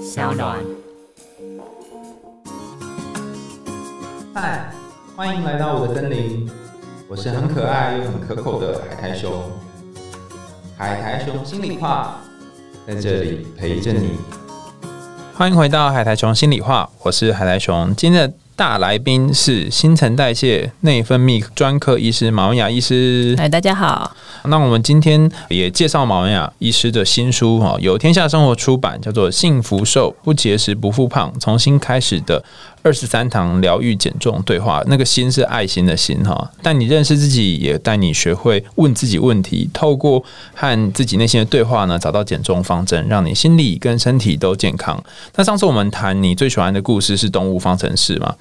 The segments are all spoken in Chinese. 小暖，嗨，欢迎来到我的森林，我是很可爱又很可口的海苔熊。海苔熊心里话，在这里陪着你。欢迎回到海苔熊心里话，我是海苔熊。今天的大来宾是新陈代谢内分泌专科医师马文雅医师。哎，大家好，那我们今天也介绍马文雅医师的新书哈，由天下生活出版，叫做《幸福瘦：不节食不复胖，重新开始的二十三堂疗愈减重对话》。那个“心”是爱心的“心”哈，但你认识自己，也带你学会问自己问题，透过和自己内心的对话呢，找到减重方针，让你心理跟身体都健康。那上次我们谈你最喜欢的故事是《动物方程式》嘛？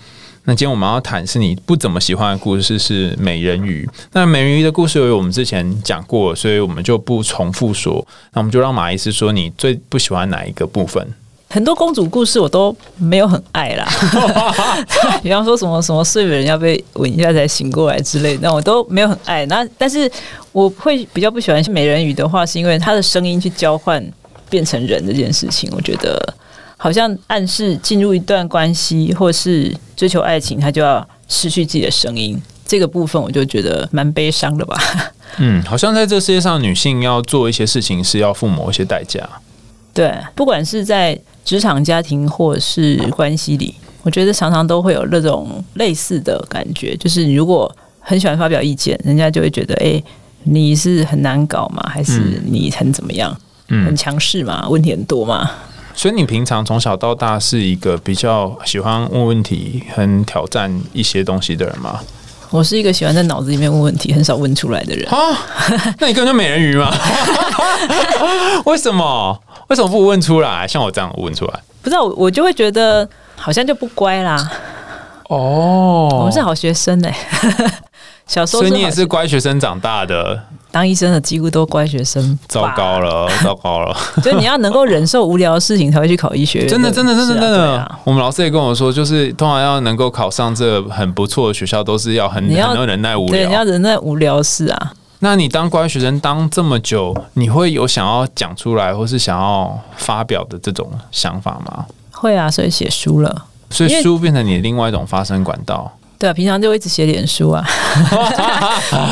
那今天我们要谈是你不怎么喜欢的故事是美人鱼。那美人鱼的故事由于我们之前讲过，所以我们就不重复说。那我们就让马医师说你最不喜欢哪一个部分？很多公主故事我都没有很爱啦， 比方说什么什么睡美人要被吻一下才醒过来之类的，那我都没有很爱。那但是我会比较不喜欢美人鱼的话，是因为她的声音去交换变成人这件事情，我觉得好像暗示进入一段关系或是追求爱情，她就要失去自己的声音。这个部分我就觉得蛮悲伤的吧。嗯，好像在这世界上，女性要做一些事情是要付某一些代价。对，不管是在职场、家庭或是关系里，我觉得常常都会有那种类似的感觉，就是你如果很喜欢发表意见，人家就会觉得，哎、你是很难搞吗？还是你很怎么样？很嗯，强势嘛？问题很多嘛？所以你平常从小到大是一个比较喜欢问问题、很挑战一些东西的人吗？我是一个喜欢在脑子里面问问题，很少问出来的人。啊， 那你根本就美人鱼 嘛？为什么？为什么不问出来？像我这样问出来？不知道，我我就会觉得好像就不乖啦。哦，我们是好学生呢、欸 小时候所以你也好是乖学生长大的，当医生的，几乎都乖学生。糟糕了，糟糕 了， 所以你要能够忍受无聊的事情才会去考医学院。真的，真的，真的，是啊真对啊的。我们老师也跟我说，就是通常要能够考上这很不错的学校，都是要很你很要能忍耐无对，你要聊。忍耐无聊事啊。那你当乖学生当这么久，你会有想要讲出来或是想要发表的这种想法吗？会啊，所以写书了。所因为以书变成你另外一种发声管道。对啊，平常就一直写脸书啊，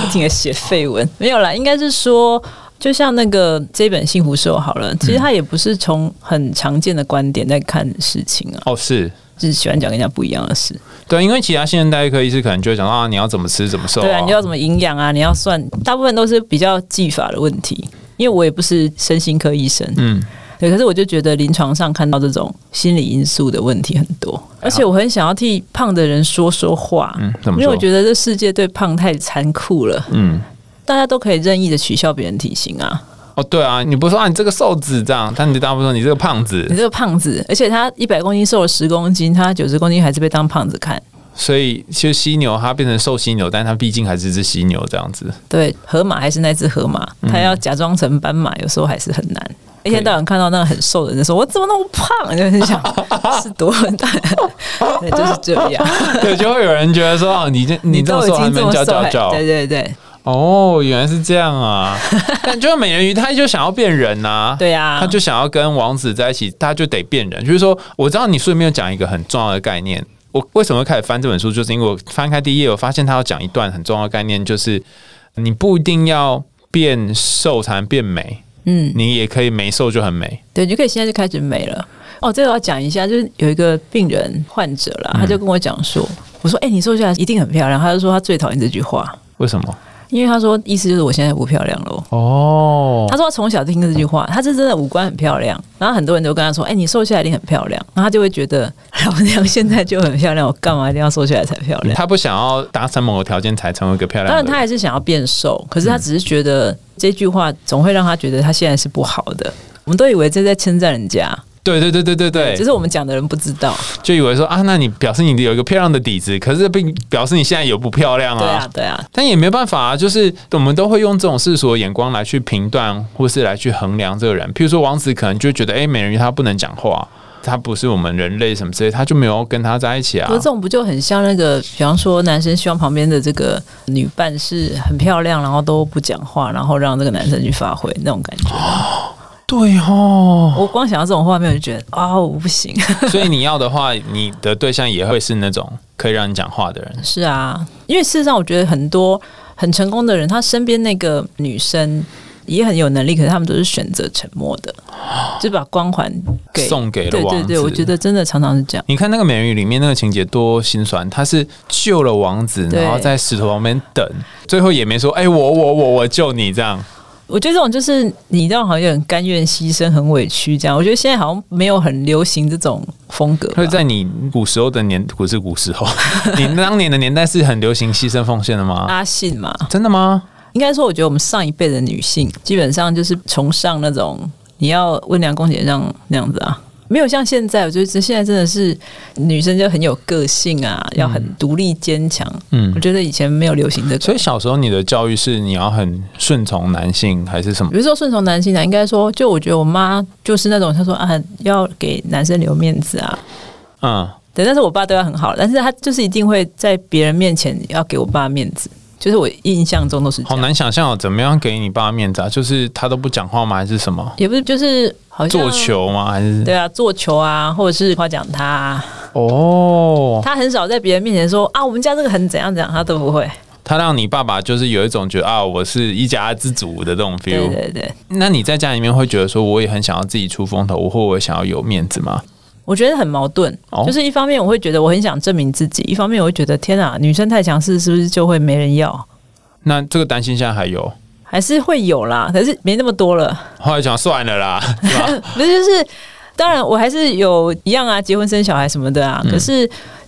不停的写绯闻，没有啦，应该是说，就像那个这本《幸福瘦》好嗯了，其实他也不是从很常见的观点在看事情啊，哦，是。就是喜欢讲跟人家不一样的事。对，因为其他现代科医师可能就会讲到啊，你要怎么吃怎么瘦、啊，对啊，你就要怎么营养啊，你要算，大部分都是比较技法的问题。因为我也不是身心科医生，嗯，对，可是我就觉得临床上看到这种心理因素的问题很多，而且我很想要替胖的人说说话，嗯怎么因为说我觉得这世界对胖太残酷了，嗯，大家都可以任意的取笑别人体型啊，哦，对啊，你不是说啊你这个瘦子这样，但你大部分说你这个胖你子，这个胖子，而且他一百公斤瘦了十公斤，他九十公斤还是被当胖子看，所以其实犀牛它变成瘦犀牛，但它毕竟还是只犀牛这样 子。对，河马还是那只河马，嗯它要假装成斑马，有时候还是很难。一天到晚看到那个很瘦的人说：“我怎么那么胖？”就很想 是多大？对，就是这样。对，就会有人觉得说哦，你这 你这都么已瘦还经这能么叫瘦叫还，叫对对对哦，原来是这样 啊。但就美人鱼，他就想要变人呐、对啊，他就想要跟王子在一起，他就得变人。就是说，我知道你顺便有讲一个很重要的概念。我为什么会开始翻这本书，就是因为我翻开第一页，我发现他要讲一段很重要的概念，就是你不一定要变瘦才能变美，嗯，你也可以没瘦就很美。对，你就可以现在就开始美了。哦，这个我要讲一下，就是有一个病人患者啦，嗯他就跟我讲说：“我说，哎、你瘦下来一定很漂亮。”他就说他最讨厌这句话，为什么？因为他说意思就是我现在不漂亮喽。哦他，说他从小听这句话，他是真的五官很漂亮，然后很多人都跟他说：“哎、你瘦下来一定很漂亮。”然后他就会觉得 老娘现在就很漂亮，我干嘛一定要瘦下来才漂亮？他不想要达成某个条件才成为一个漂当亮然，的他人。还是想要变瘦，可是嗯他只是觉得这句话总会让他觉得他现在是不好的。我们都以为这在称赞人家，对对对对对只对，是我们讲的人不知道。就以为说啊，那你表示你有一个漂亮的底子，可是并表示你现在有不漂亮对啊，对啊，但也没办法啊，就是我们都会用这种世俗的眼光来去评断，或是来去衡量这个人。譬如说，王子可能就觉得，哎、美人鱼她不能讲话，她不是我们人类什么之类，他就没有跟她在一起啊可。是这种不就很像那个，比方说男生希望旁边的这个女 伴是很漂亮，然后都不讲话，然后让这个男生去发挥那种感觉吗。对哦，我光想到这种画面，我就觉得啊、我不行。 所以你要的话，你的对象也会是那种可以让你讲话的人。是啊，因为事实上，我觉得很多很成功的人，他身边那个女生也很有能力，可是他们都是选择沉默的，就把光环给送给了对王对子对，我觉得真的常常是这样。你看那个《美人鱼》里面那个情节多心酸，他是救了王子，对然后在石头旁边等，最后也没说“哎、我我我我救你”这样。我觉得这种就是你知道，好像有点甘愿牺牲、很委屈这样。我觉得现在好像没有很流行这种风格吧。会在你古时候的年，不是古时候， 你当年的年代是很流行牺牲奉献的吗？阿信嘛，真的吗？应该说，我觉得我们上一辈的女性基本上就是崇尚那种你要温良恭俭让那样子啊，没有像现在，我觉得现在真的是女生就很有个性啊，要很独立坚强。嗯我觉得以前没有流行这所个以。小时候你的教育是你要很顺从男性还是什么比？如说顺从男性啊，应该说，就我觉得我妈就是那种，她说啊，要给男生留面子啊，嗯，对，但是我爸对他很好，但是他就是一定会在别人面前要给我爸面子，就是我印象中都是这好样，难想象哦，怎么样给你爸面子啊？就是他都不讲话吗？还是什么？也不是就是好像做，球吗？还是啊对啊，做球啊，或者是夸奖他、啊，哦，他很少在别人面前说啊，我们家这个很怎样怎样，他都不会。他让你爸爸就是有一种觉得啊，我是一家之主的这种 feel。对对对，那你在家里面会觉得说，我也很想要自己出风头，我或我想要有面子吗？我觉得很矛盾，哦就是一方面我会觉得我很想证明自己，一方面我会觉得天啊，女生太强势是不是就会没人要？那这个担心现在还有，还是会有啦，可是没那么多了。后来想算了啦，是吧？ 不是，就是当然我还是有一样啊，结婚生小孩什么的啊。可是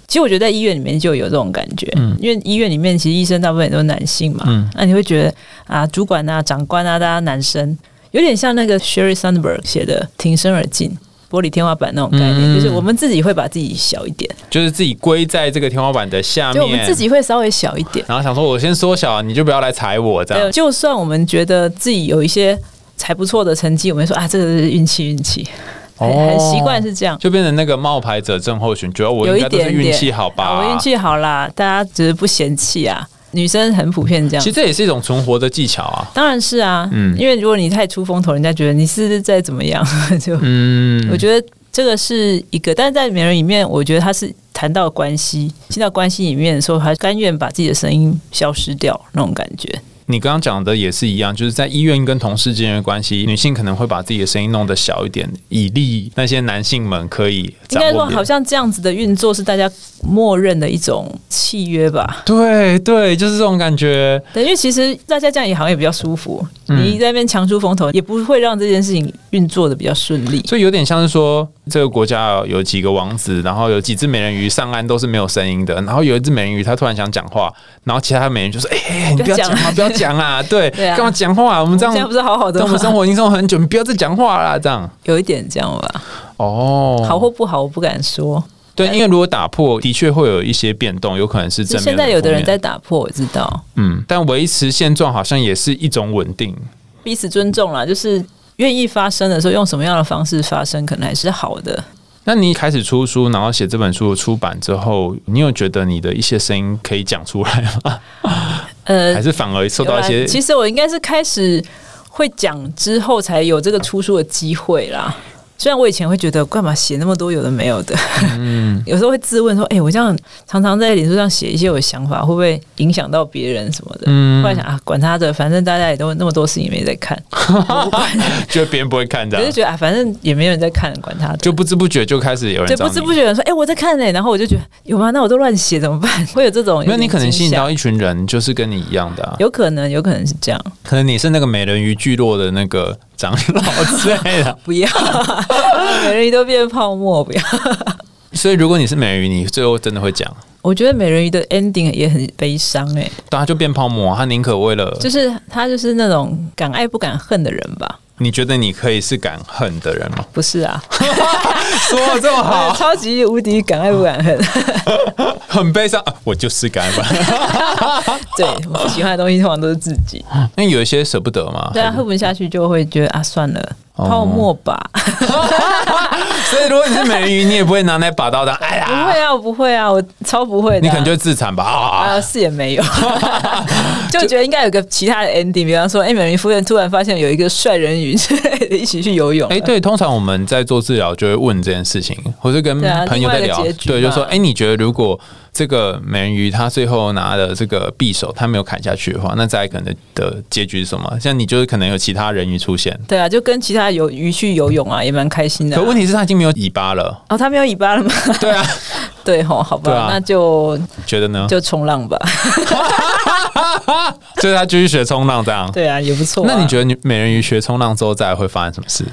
其实我觉得在医院里面就有这种感觉，因为医院里面其实医生大部分也都是男性嘛，嗯那你会觉得啊，主管啊、长官啊，大家男生有点像那个 Sherry Sandberg 写的“挺身而进”。玻璃天花板那种概念，嗯就是我们自己会把自己小一点，就是自己归在这个天花板的下就我们面，自己会稍微小一 点。然后想说，我先缩小，啊你就不要来踩我这对，样。就算我们觉得自己有一些才不错的成绩，我们会说啊，这个是运气，运气，很很习惯是这样。就变成那个冒牌者症候群，觉得我有应一该都点是点运气好吧？啊我运。气好啦，大家只是不嫌弃啊。女生很普遍这样其实，这也是一种存活的技巧啊。当然是啊，嗯因为如果你太出风头，人家觉得你是不是在怎么样， 就、嗯我，觉得这个是一个。但是在美人里面，我觉得他是谈到关系，进到关系里面的时候，还甘愿把自己的声音消失掉那种感觉。你刚刚讲的也是一样，就是在医院跟同事之间的关系，女性可能会把自己的声音弄得小一点，以利那些男性们可以应掌握别该人。说，好像这样子的运作是大家默认的一种契约吧。对对，就是这种感觉。对，因为其实大家这样也好像也比较舒服，嗯你在那边强出风头，也不会让这件事情运作的比较顺利。所以有点像是说，这个国家有几个王子，然后有几只美人鱼上岸都是没有声音的，然后有一只美人鱼它突然想讲话，然后其他美人就说：“哎、哎你不不要要讲讲啊，不要讲啊，对，对啊干嘛讲话、啊？我们这我们现在样不，是好好的我吗们？生活已经生活很久，你不要再讲话啦，这样。”有一点这样吧，哦，好或不好我不敢说。对，因为如果打破，的确会有一些变动，有可能是就正面。现在有的人负面在打破，我知道嗯，但维持现状好像也是一种稳定。彼此尊重啦，就是愿意发声的时候，用什么样的方式发声，可能还是好的。那你开始出书，然后写这本书的出版之后，你有觉得你的一些声音可以讲出来 吗？呃还，是反而受有到一啦些？其实我应该是开始会讲之后，才有这个出书的机会啦。虽然我以前会觉得干嘛写那么多有的没有的，嗯 有时候会自问说，哎、我这样常常在脸书上写一些我的想法，会不会影响到别人什么的？嗯后来想啊，管他的，反正大家也都那么多事情没在 看，我不管觉得别人不会看只的是，觉得啊，反正也没人在看，管他的。就不知不觉就开始有人对，找不你。知不觉有人说，哎、我在看呢、然后我就觉得有吗？那我都乱写怎么办？ 会有这种没有，你可能吸心引想，到一群人，就是跟你一样的啊、有可能，有可能是这样。可能你是那个美人鱼聚落的那个长老之类 的。不要，美人鱼都变泡沫，不要。所以，如果你是美人鱼，你最后真的会讲，我觉得美人鱼的 ending 也很悲伤哎、对，他就变泡沫啊，他宁可为了就是他就是那种敢爱不敢恨的人吧？你觉得你可以是敢恨的人 吗？不是啊，说的这么好， 超级无敌敢爱不 敢恨。很悲伤，啊我就是敢 恨。对，我不喜欢的东西通常都是自己。那有一些舍不得嘛，对啊，还是喝不下去就会觉得啊，算了，哦泡沫吧？ 所以如果你是美人鱼，你也不会拿那把刀 当，哎呀，不会啊，我不会啊，我超不会的啊、你可能就会自残吧啊！啊，是也 没有， 就觉得应该有个其他的 ending，比方说，哎、美人鱼夫人突然发现有一个帅人鱼之类的，一起去游泳。哎、对，通常我们在做治疗就会问这件事情，或是跟对啊朋友在另聊，外一个结局对，就说，嘛哎、你觉得如果这个美人鱼她最后拿了这个匕首，她没有砍下去的话，那再可能的结局是什么？像你就是可能有其他人鱼出现，对啊，就跟其他游鱼去游泳啊，也蛮开心的、可啊。问题是她已经没有尾巴 了，哦，他没有尾巴了吗？对啊，对吼，好吧，对啊那就觉 得呢？就冲浪吧。 所以她继续学冲浪这样。对啊，也不错啊、那你觉得你美人鱼学冲浪之后，再来会发生什么事？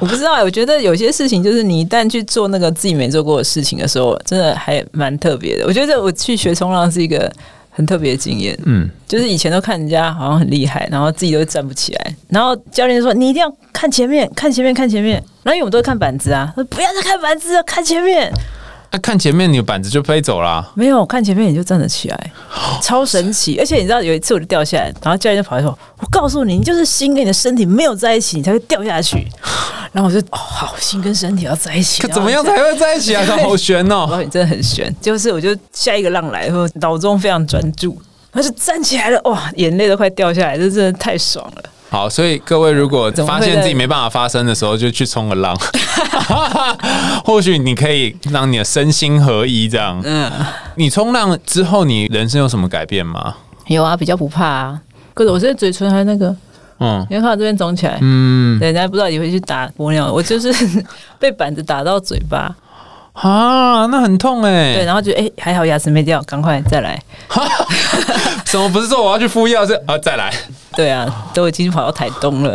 我不知道、欸我觉得有些事情就是你一旦去做那个自己没做过的事情的时候，真的还蛮特别的。我觉得我去学冲浪是一个很特别的经验，嗯，就是以前都看人家好像很厉害，然后自己都站不起来，然后教练就说你一定要看前面，看前面，看前面。然后因为我们都会看板子啊，他说不要再看板子了，看前面。那、看前面你的板子就飞走啊啦、没有，我看前面你就站得起来，哦超神奇。而且你知道有一次我就掉下来，然后教练就跑来说：“我告诉你，你就是心跟你的身体没有在一起，你才会掉下去。”然后我就哦，好，心跟身体要在一起。可然后怎么样才会在一 起啊？对好悬我哦！告诉你，真的很悬。就是我就下一个浪来以后，脑中非常专注，然后就站起来了，哇，眼泪都快掉下来，这真的太爽了。好，所以各位如果怎么发会现在自己没办法发声的时候，就去冲个 浪， 或许你可以让你的身心合一。这样，嗯，你冲浪之后，你人生有什么改变吗？有啊，比较不怕啊。可是我现在嘴唇还那个，嗯你要看我这边肿起来，嗯，对，人家不知道你会去打玻尿，我就是 被板子打到嘴巴，啊，那很痛哎、对，然后就哎、还好牙齿没掉，赶快再来。怎么不是说我要去敷药，是啊再来？对啊，都已经跑到台东了，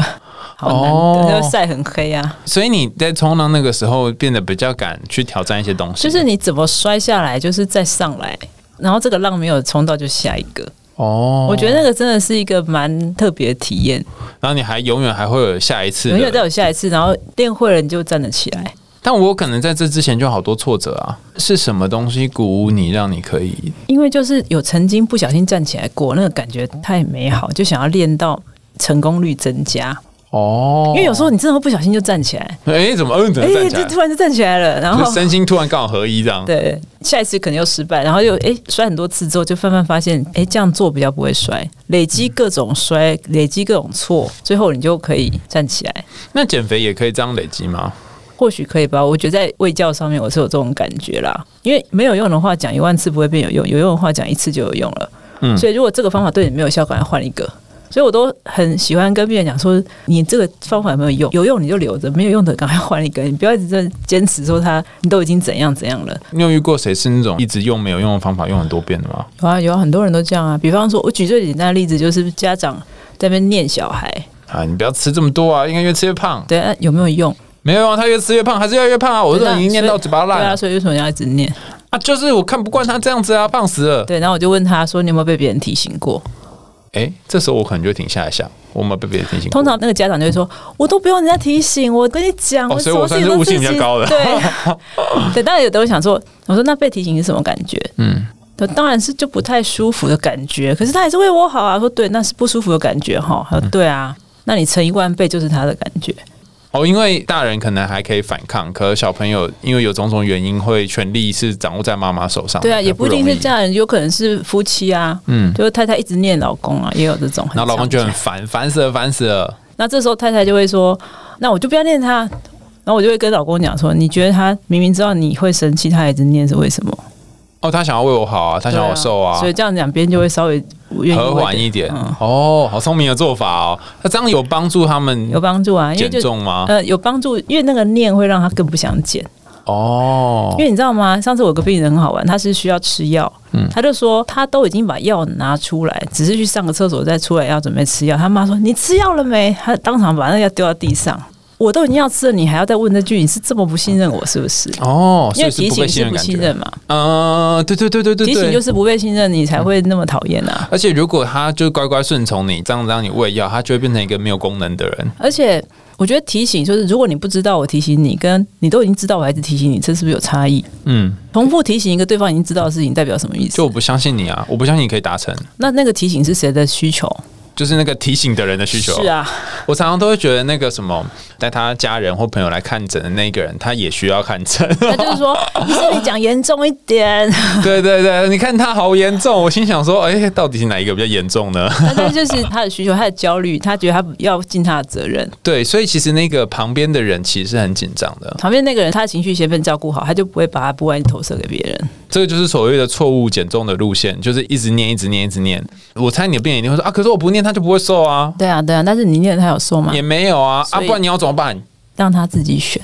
好难哦得，那个晒很黑啊。所以你在冲浪那个时候变得比较敢去挑战一些东西，就是你怎么摔下来，就是再上来，然后这个浪没有冲到就下一个。哦，我觉得那个真的是一个蛮特别的体验，然后你还永远还会有下一次永远都的，有下一次，然后练会了你就站得起来。但我可能在这之前就好多挫折啊。是什么东西鼓舞你，让你可以因为就是有曾经不小心站起来过，那个感觉太美好，就想要练到成功率增加。哦？因为有时候你真的会不小心就站起来，哎、怎么嗯，怎哎、么站起就来？突然就站起来了，然就后是身心突然刚好合一这样。对，下一次可能又失败，然后又哎、摔很多次之后，就慢慢发现哎、这样做比较不会摔，累积各种摔，累积各种错，最后你就可以站起来。那减肥也可以这样累积吗？或许可以吧，我觉得在卫教上面我是有这种感觉啦，因为没有用的话讲一万次不会变有用，有用的话讲一次就有用了。嗯所以如果这个方法对你没有效果，要换一个。所以我都很喜欢跟病人讲说，你这个方法有没有用？有用你就留着，没有用的赶快换一个。你不要一直在坚持说他你都已经怎样怎样了。你有遇过谁是那种一直用没有用的方法用很多遍的吗？有啊，有啊，很多人都这样啊。比方说，我举最简单的例子，就是家长在那边念小孩，啊，你不要吃这么多啊，应该越吃越胖。对、啊，有没有用？没有啊，他越吃越胖，还是越来越胖啊！我对说啊你已经念到嘴巴烂对了啊，所以为什么要一直念？啊，就是我看不惯他这样子啊，胖死了。对，然后我就问他说，你有没有被别人提醒过？哎、这时候我可能就会停下来想，我有没有被别人提醒过。通常那个家长就会说：“我都不用人家提醒，我跟你讲，哦所以什么我算事是情悟都性自比较己高的 对， 对。当然有的会想说，我说那被提醒是什么感觉？嗯嗯，当然是就不太舒服的感觉。可是他还是为我好啊。说对，那是不舒服的感觉哈。嗯他说对啊，那你乘一万倍就是他的感觉。哦，因为大人可能还可以反抗，可是小朋友因为有种种原因，会权力是掌握在妈妈手上。对啊，也不不一定容是易家。人，有可能是夫妻啊，嗯嗯，就是太太一直念老公啊，也有这种。然后老公就常很见烦，烦死了，烦死了。那这时候太太就会说：“那我就不要念他。”然后我就会跟老公讲说：“你觉得他明明知道你会生气，他还一直念是为什么？”哦，他想要为我好啊，他想要我瘦啊，所以这样两边就会稍微愿意嗯和缓一点。哦，好聪明的做法哦。那这样有帮助他们有帮助啊，因为减就重吗？呃有帮助，因为那个念会让他更不想减。哦呃因，为你知道吗？上次我有个病人很好玩，他是需要吃药，嗯他就说他都已经把药拿出来，只是去上个厕所再出来要准备吃药。他妈说你吃药了没？他当场把那个药丢到地上。我都已经要吃了，你还要再问这句，你是这么不信任我是不是？哦，因所为以是提不被醒信是任不感信觉。任嘛，嗯、对对对对对提醒就对。是不被信任，你才会那么讨厌啊。而且如果他就乖乖顺从你，这样让你喂药，他就会变成一个没有功能的人。而且我觉得提醒就是，如果你不知道我提醒你，跟你都已经知道我还是提醒你，这是不是有差异？嗯，重复提醒一个对方已经知道的事情，代表什么意思就？我不相信你啊，我不相信你可以达成。那那个提醒是谁的需求？就是那个提醒的人的需求。是，啊，我常常都会觉得那个什么带他家人或朋友来看诊的那个人，他也需要看诊。 他就是说，你这里讲严重一点， 对对对，你看他好严重，我心想说，哎、到底是哪一个比较严重呢？ 但是就是他的需求，他的焦虑，他觉得他要尽他的责任。对，所以其实那个旁边的人其实是很紧张的，旁边那个人，他的情绪先被照顾好，他就不会把他不安投射给别人。这个就是所谓的错误减重的路线，就是一直念，一直念，一直念。我猜你的病人一定会说啊，可是我不念，他就不会瘦啊，对啊，对啊，但是你念他有瘦吗也没有啊，啊，所以不然你要怎么办？让他自己选。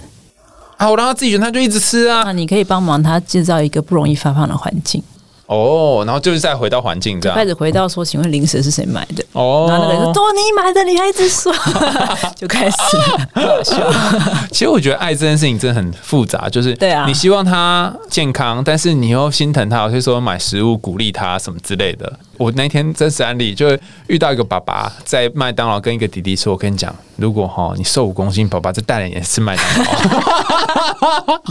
啊，我让他自己选，他就一直吃啊。那你可以帮忙他制造一个不容易发胖的环境。哦，然后就是再回到环境这开样。始回到说，请问零食是谁买的？啊哦，然后那个人说：“多你买的，你还一直说， 就开始搞笑。 其实我觉得爱这件事情真的很复杂，就是对啊你希望他健康，但是你又心疼他，所以说买食物鼓励他什么之类的。我那天真实案例就遇到一个爸爸在麦当劳跟一个弟弟说：“我跟你讲，如果哈你瘦五公斤，爸爸再带你也吃麦当劳。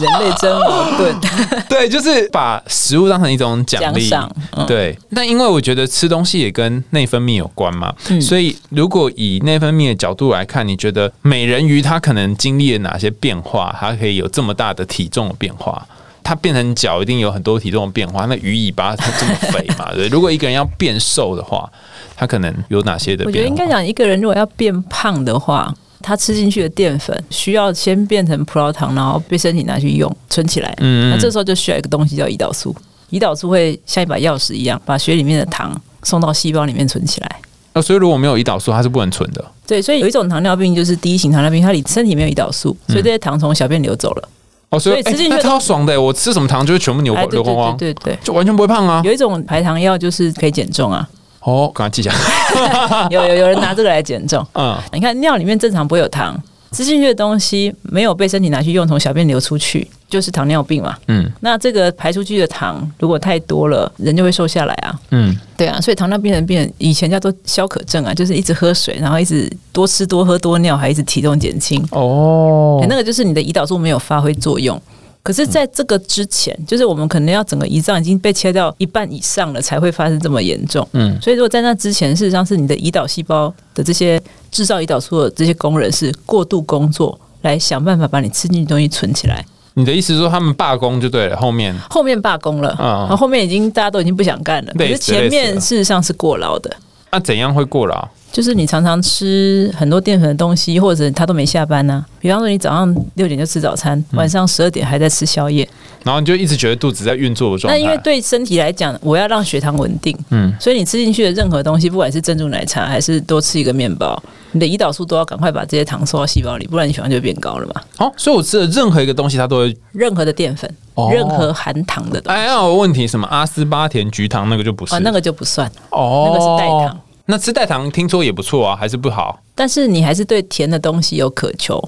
人类真矛盾，” 对，就是把食物当成一种奖励。奖赏嗯对，那因为我觉得吃东西也跟内分泌有关嘛，嗯所以如果以内分泌的角度来看，你觉得美人鱼它可能经历了哪些变化？它可以有这么大的体重的变化？它变成脚一定有很多体重的变化，那鱼尾巴它这么肥 嘛？对，如果一个人要变瘦的话，它可能有哪些的我觉得变应化该？讲，一个人如果要变胖的话，他吃进去的淀粉需要先变成葡萄糖，然后被身体拿去用存起来。嗯嗯那这时候就需要一个东西叫胰岛素，胰岛素会像一把钥匙一样，把血里面的糖送到细胞里面存起来。那哦所以如果没有胰岛素，它是不能存的。对，所以有一种糖尿病就是第一型糖尿病，它里身体没有胰岛素，嗯所以这些糖从小便流走了。哦，所以所以吃哎进去那的超爽的，我吃什么糖就会全部流哎，对流光光，对对对对。就完全不会胖啊。有一种排糖药就是可以减 重啊，哦，赶快记下来。有有有人拿这个来减重。嗯，你看尿里面正常不会有糖，吃进去的东西没有被身体拿去用，从小便流出去就是糖尿病嘛。嗯，那这个排出去的糖如果太多了，人就会瘦下来啊。嗯，对啊，所以糖尿病人变以前叫做消渴症啊，就是一直喝水，然后一直多吃多喝多尿，还一直体重减轻。哦欸，那个就是你的胰岛素没有发挥作用。可是，在这个之前，嗯就是我们可能要整个胰脏已经被切掉一半以上了，才会发生这么严重。嗯，所以如果在那之前，事实上是你的胰岛细胞的这些制造胰岛素的这些工人是过度工作，来想办法把你吃进去的东西存起来。你的意思是说他们罢工就对了，后面后面罢工了，嗯然后后面已经大家都已经不想干了，可累是死前累死面了事实上是过劳的。那、啊怎样会过劳？就是你常常吃很多淀粉的东西，或者他都没下班呢、比方说，你早上六点就吃早餐，嗯晚上十二点还在吃宵夜，然后你就一直觉得肚子在运作的状那态。因为对身体来讲，我要让血糖稳定，嗯嗯，所以你吃进去的任何东西，不管是珍珠奶茶还是多吃一个面包，你的胰岛素都要赶快把这些糖送到细胞里，不然你血糖就会变高了嘛。哦，所以我吃的任何一个东西，它都会。任何的淀粉，哦任何含糖的东西，哎，那我问题什么阿斯巴甜菊糖那个就不是，啊，那个就不算。哦，那个是代糖。那吃代糖听说也不错啊，还是不好但是你还是对甜的东西有渴求。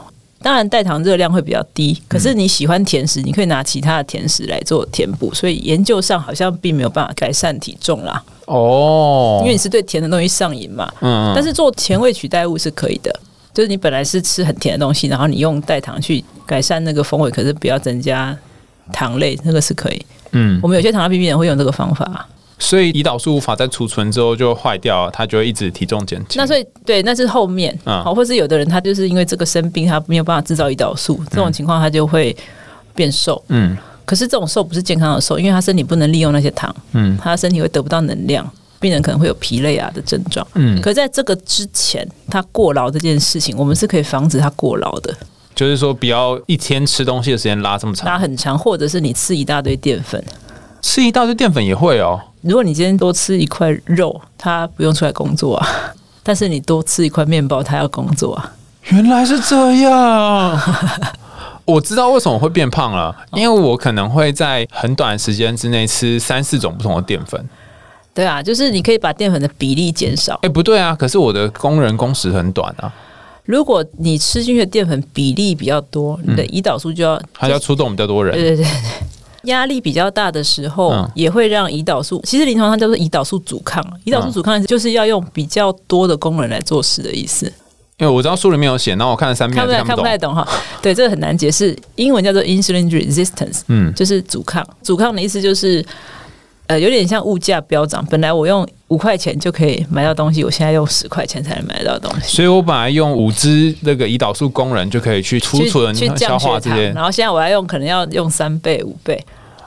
当然，代糖热量会比较低，可是你喜欢甜食，你可以拿其他的甜食来做填补，所以研究上好像并没有办法改善体重啦，哦因为你是对甜的东西上瘾嘛。嗯，但是做甜味取代物是可以的，就是你本来是吃很甜的东西，然后你用代糖去改善那个风味，可是不要增加糖类，那个是可以。嗯，我们有些糖尿病病人会用这个方法，所以胰岛素无法再储存之后就坏掉了，它就会一直体重减轻。那所以对，那是后面嗯好、或是有的人他就是因为这个生病，他没有办法制造胰岛素，这种情况他就会变瘦。嗯可是这种瘦不是健康的瘦，因为他身体不能利用那些糖，嗯他身体会得不到能量，病人可能会有疲累啊的症状。嗯，可在这个之前，他过劳这件事情，我们是可以防止他过劳的。就是说不要一天吃东西的时间拉这么长，拉很长，或者是你吃一大堆淀粉。吃一大堆淀粉也会哦。如果你今天多吃一块肉，他不用出来工作啊； 但是你多吃一块面包，他要工作啊。原来是这样。我知道为什么会变胖了，因为我可能会在很短的时间之内吃三四种不同的淀粉。对啊，就是你可以把淀粉的比例减少哎、。不对啊，可是我的工人工时很短啊，如果你吃进去的淀粉比例比较多，你的胰岛素就要、嗯还要出动比较多对人。对对对。压力比较大的时候，嗯也会让胰岛素，其实临床上叫做胰岛素阻抗。啊胰岛素阻嗯抗就是要用比较多的工人来做事的意思。因为我知道书里面有写，然后我看了三遍看不太还是看看不不太懂。懂哈，对，这个很难解释。英文叫做 insulin resistance，嗯就是阻抗。阻抗的意思就是，呃，有点像物价飙涨。本来我用五块钱就可以买到东西，我现在用十块钱才能买到东西。所以我本来用五支那个胰岛素工人就可以去储去存去、降消血化这糖啊些，然后现在我要用，可能要用三倍、五倍，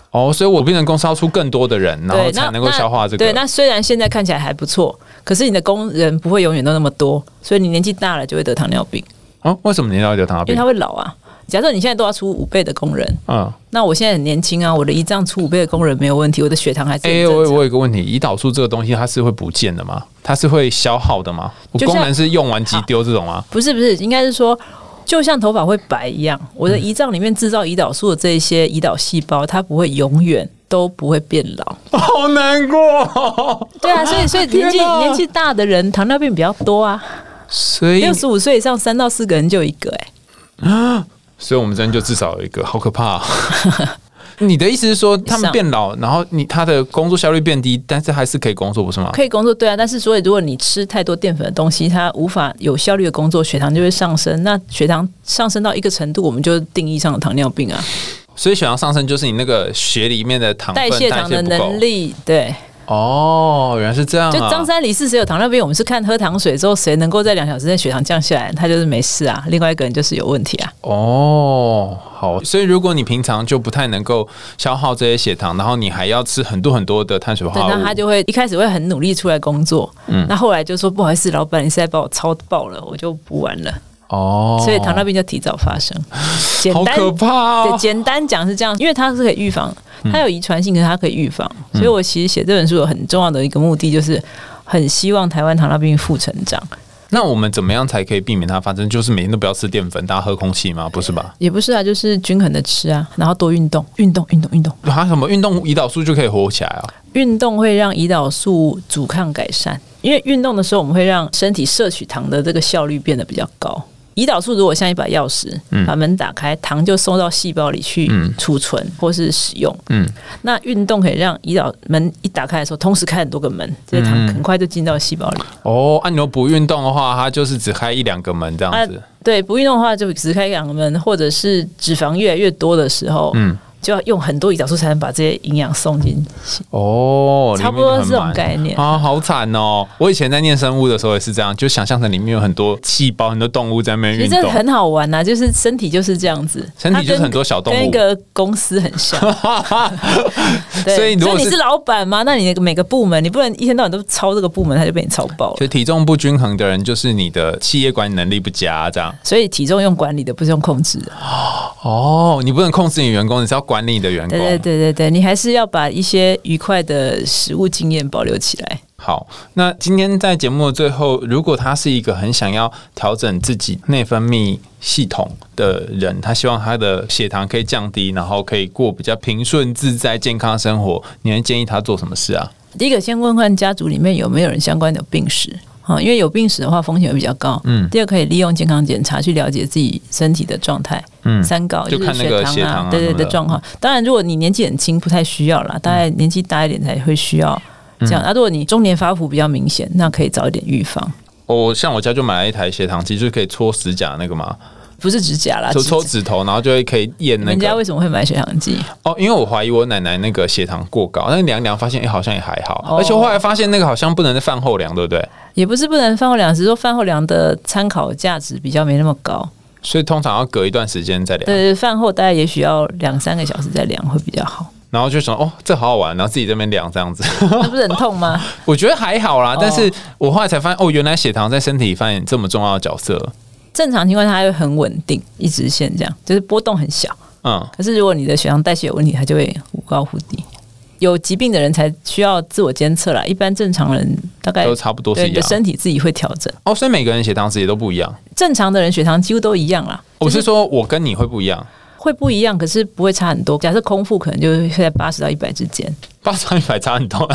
哦，所以我变成公司要出更多的人，然后对，才那能够消化这个。那对，那虽然现在看起来还不错，可是你的工人不会永远都那么多，所以你年纪大了就会得糖尿病，哦，为什么你要流糖尿因病为他？会老啊。假设你现在都要出五倍的工人，嗯，那我现在很年轻啊，我的胰脏出五倍的工人没有问题，我的血糖还是哎、很我正常。我有一个问题，胰岛素这个东西它是会不见的吗？它是会消耗的吗？我就像功能是用完即丢这种 吗？不是不是，应该是说，就像头发会白一样，我的胰脏里面制造胰岛素的这一些胰岛细胞，它不会永远都不会变老。好难过， 对啊，所以 所以年纪天哪年纪大的人糖尿病比较多啊，所以六十五岁以上三到四个人就一个、哎。所以我们这边就至少有一个，好可怕、 啊。你的意思是说，他们上变老，然后你他的工作效率变低，但是还是可以工作，不是吗？可以工作，对啊，但是所以如果你吃太多淀粉的东西，它无法有效率的工作，血糖就会上升。那血糖上升到一个程度，我们就定义上的糖尿 病啊，所以血糖上升就是你那个血里面的糖分代谢糖的不够能力，对。哦，原来是这样、啊。就张三李四谁有糖尿病，我们是看喝糖水之后谁能够在两小时内血糖降下来，他就是没事啊。另外一个人就是有问题啊，哦，好，所以如果你平常就不太能够消耗这些血糖，然后你还要吃很多很多的碳水对，化合那他物，就会一开始会很努力出来工作，嗯，那后来就说不好意思，老板，你现在把我操爆了，我就不玩了，哦，所以糖尿病就提早发生。简好单可怕、对，哦。简单讲是这样，因为它是可以预防，它有遗传性，可是它可以预防，所以我其实写这本书有很重要的一个目的，就是很希望台湾糖尿病负成长，那我们怎么样才可以避免它发生？就是每天都不要吃淀粉，大家喝空气吗？不是吧？也不是啊，就是均衡的吃啊，然后多运动，运动，运动，运动，啊，什么运动胰岛素就可以活起来啊？运动会让胰岛素阻抗改善，因为运动的时候我们会让身体摄取糖的这个效率变得比较高。胰岛素如果像一把钥匙，嗯把门打开，糖就送到细胞里去储存或是使用。嗯，那运动可以让胰岛门一打开的时候，同时开很多个门，这些糖很快就进到细胞里。哦，按、啊、你如果不运动的话，它就是只开一两个门这样子。啊对，不运动的话就只开两个门，或者是脂肪越来越多的时候，嗯，就要用很多胰岛素才能把这些营养送进去。哦，差不多是这里面就种很满概念啊，好惨哦！我以前在念生物的时候也是这样，就想象成里面有很多细胞、很多动物在那边其运实这动，很好玩呐、就是身体就是这样子，身体它就是跟很多小动物 跟一个公司很像。对所以如果你是是老板嘛，那你的每个部门，你不能一天到晚都抄这个部门，他就被你抄爆了。就体重不均衡的人，就是你的企业管理能力不佳，这样。所以体重用管理的，不是用控制的。哦，你不能控制你员工，你是要管理你的员工。对对对对对，你还是要把一些愉快的食物经验保留起来。好，那今天在节目的最后，如果他是一个很想要调整自己内分泌系统的人，他希望他的血糖可以降低，然后可以过比较平顺、自在、健康的生活，你会建议他做什么事啊？第一个，先问问家族里面有没有人相关的病史啊、因为有病史的话，风险会比较高。嗯第二，可以利用健康检查去了解自己身体的状态。嗯三高就看是那个血血糖啊啊，对什对么的嗯的状况。当然，如果你年纪很轻，不太需要啦，大概年纪大一点才会需要这样。那、如果你中年发福比较明显，那可以早一点预防，我像我家就买了一台血糖机，就是可以戳指甲那个嘛，不是指甲啦，就指戳指头，然后就会可以验那人家个。为什么会买血糖计？哦，因为我怀疑我奶奶那个血糖过高，但是量一量发现，哎、好像也还好。哦而且我后来发现那个好像不能在饭后量，对不对？也不是不能饭后量，只是说饭后量的参考价值比较没那么高。所以通常要隔一段时间再量。对，饭后大概也许要两三个小时再量会比较好。然后就想，哦，这好好玩，然后自己这边量这样子， 那不是很痛吗？我觉得还好啦。哦但是我后来才发现，哦，原来血糖在身体里扮演这么重要的角色。正常情况下它会很稳定，一直线这样，就是波动很小。嗯，可是如果你的血糖代谢有问题，它就会忽高忽低。有疾病的人才需要自我监测啦，一般正常人大概都差不多对是你一的样。身体自己会调整。哦，所以每个人血糖值也都不一样。正常的人血糖几乎都一样啦，我是说，我跟你会不一样，会不一样，可是不会差很多。假设空腹可能就是在八十到一百之间，八十一百差很多。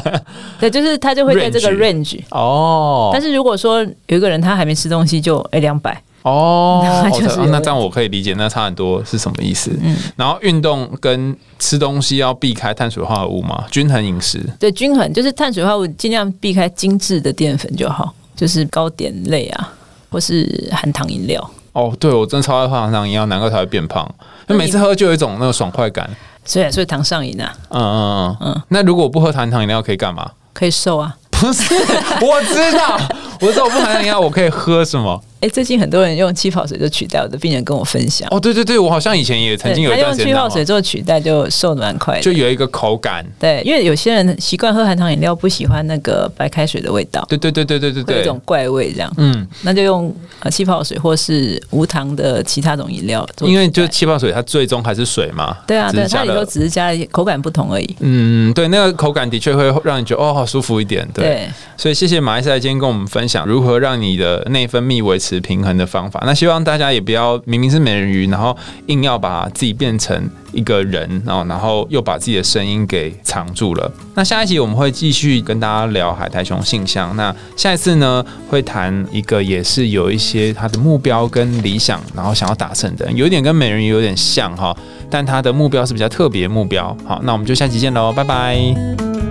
对，就是它就会在这个 range。 哦，但是如果说有一个人他还没吃东西就哎两百，哦，那就是哦这有那问这样我可以理解，那差很多是什么意思？嗯，然后运动跟吃东西要避开碳水化合物嘛，均衡饮食。对，均衡就是碳水化合物尽量避开精致的淀粉就好，就是糕点类啊，或是含糖饮料。哦，对，我真的超爱喝糖糖饮料，难怪才会变胖。就那你每次喝就有一种那个爽快感。所以所以糖上瘾啊，嗯嗯嗯嗯。那如果我不喝含糖饮料可以干嘛？可以瘦啊。不是， 我知道，我知道我不含糖饮料我可以喝什么？哎、最近很多人用气泡水就取代，我的病人跟我分享，哦，对对对，我好像以前也曾经有对一他段用时气间泡当水做取代就瘦的蛮快的，就有一个口感。对，因为有些人习惯喝含糖饮料，不喜欢那个白开水的味道，对对对对对对会有一种对，怪味这样。嗯，那就用呃气泡水或是无糖的其他种饮料做取代，因为就气泡水它最终还是水嘛。对啊，只对是加啊，它也了都只是加口感不同而已。嗯，对，那个口感的确会让你觉得哦，好舒服一点。对，对，所以谢谢马来西亚今天跟我们分享如何让你的内分泌维持平衡的方法。那希望大家也不要明明是美人鱼，然后硬要把自己变成一个人，然后然后又把自己的声音给藏住了。那下一集我们会继续跟大家聊海苔熊性向。那下一次呢会谈一个也是有一些他的目标跟理想，然后想要达成的，有一点跟美人鱼有点像哈，但他的目标是比较特别的目标。好，那我们就下期见喽，拜拜。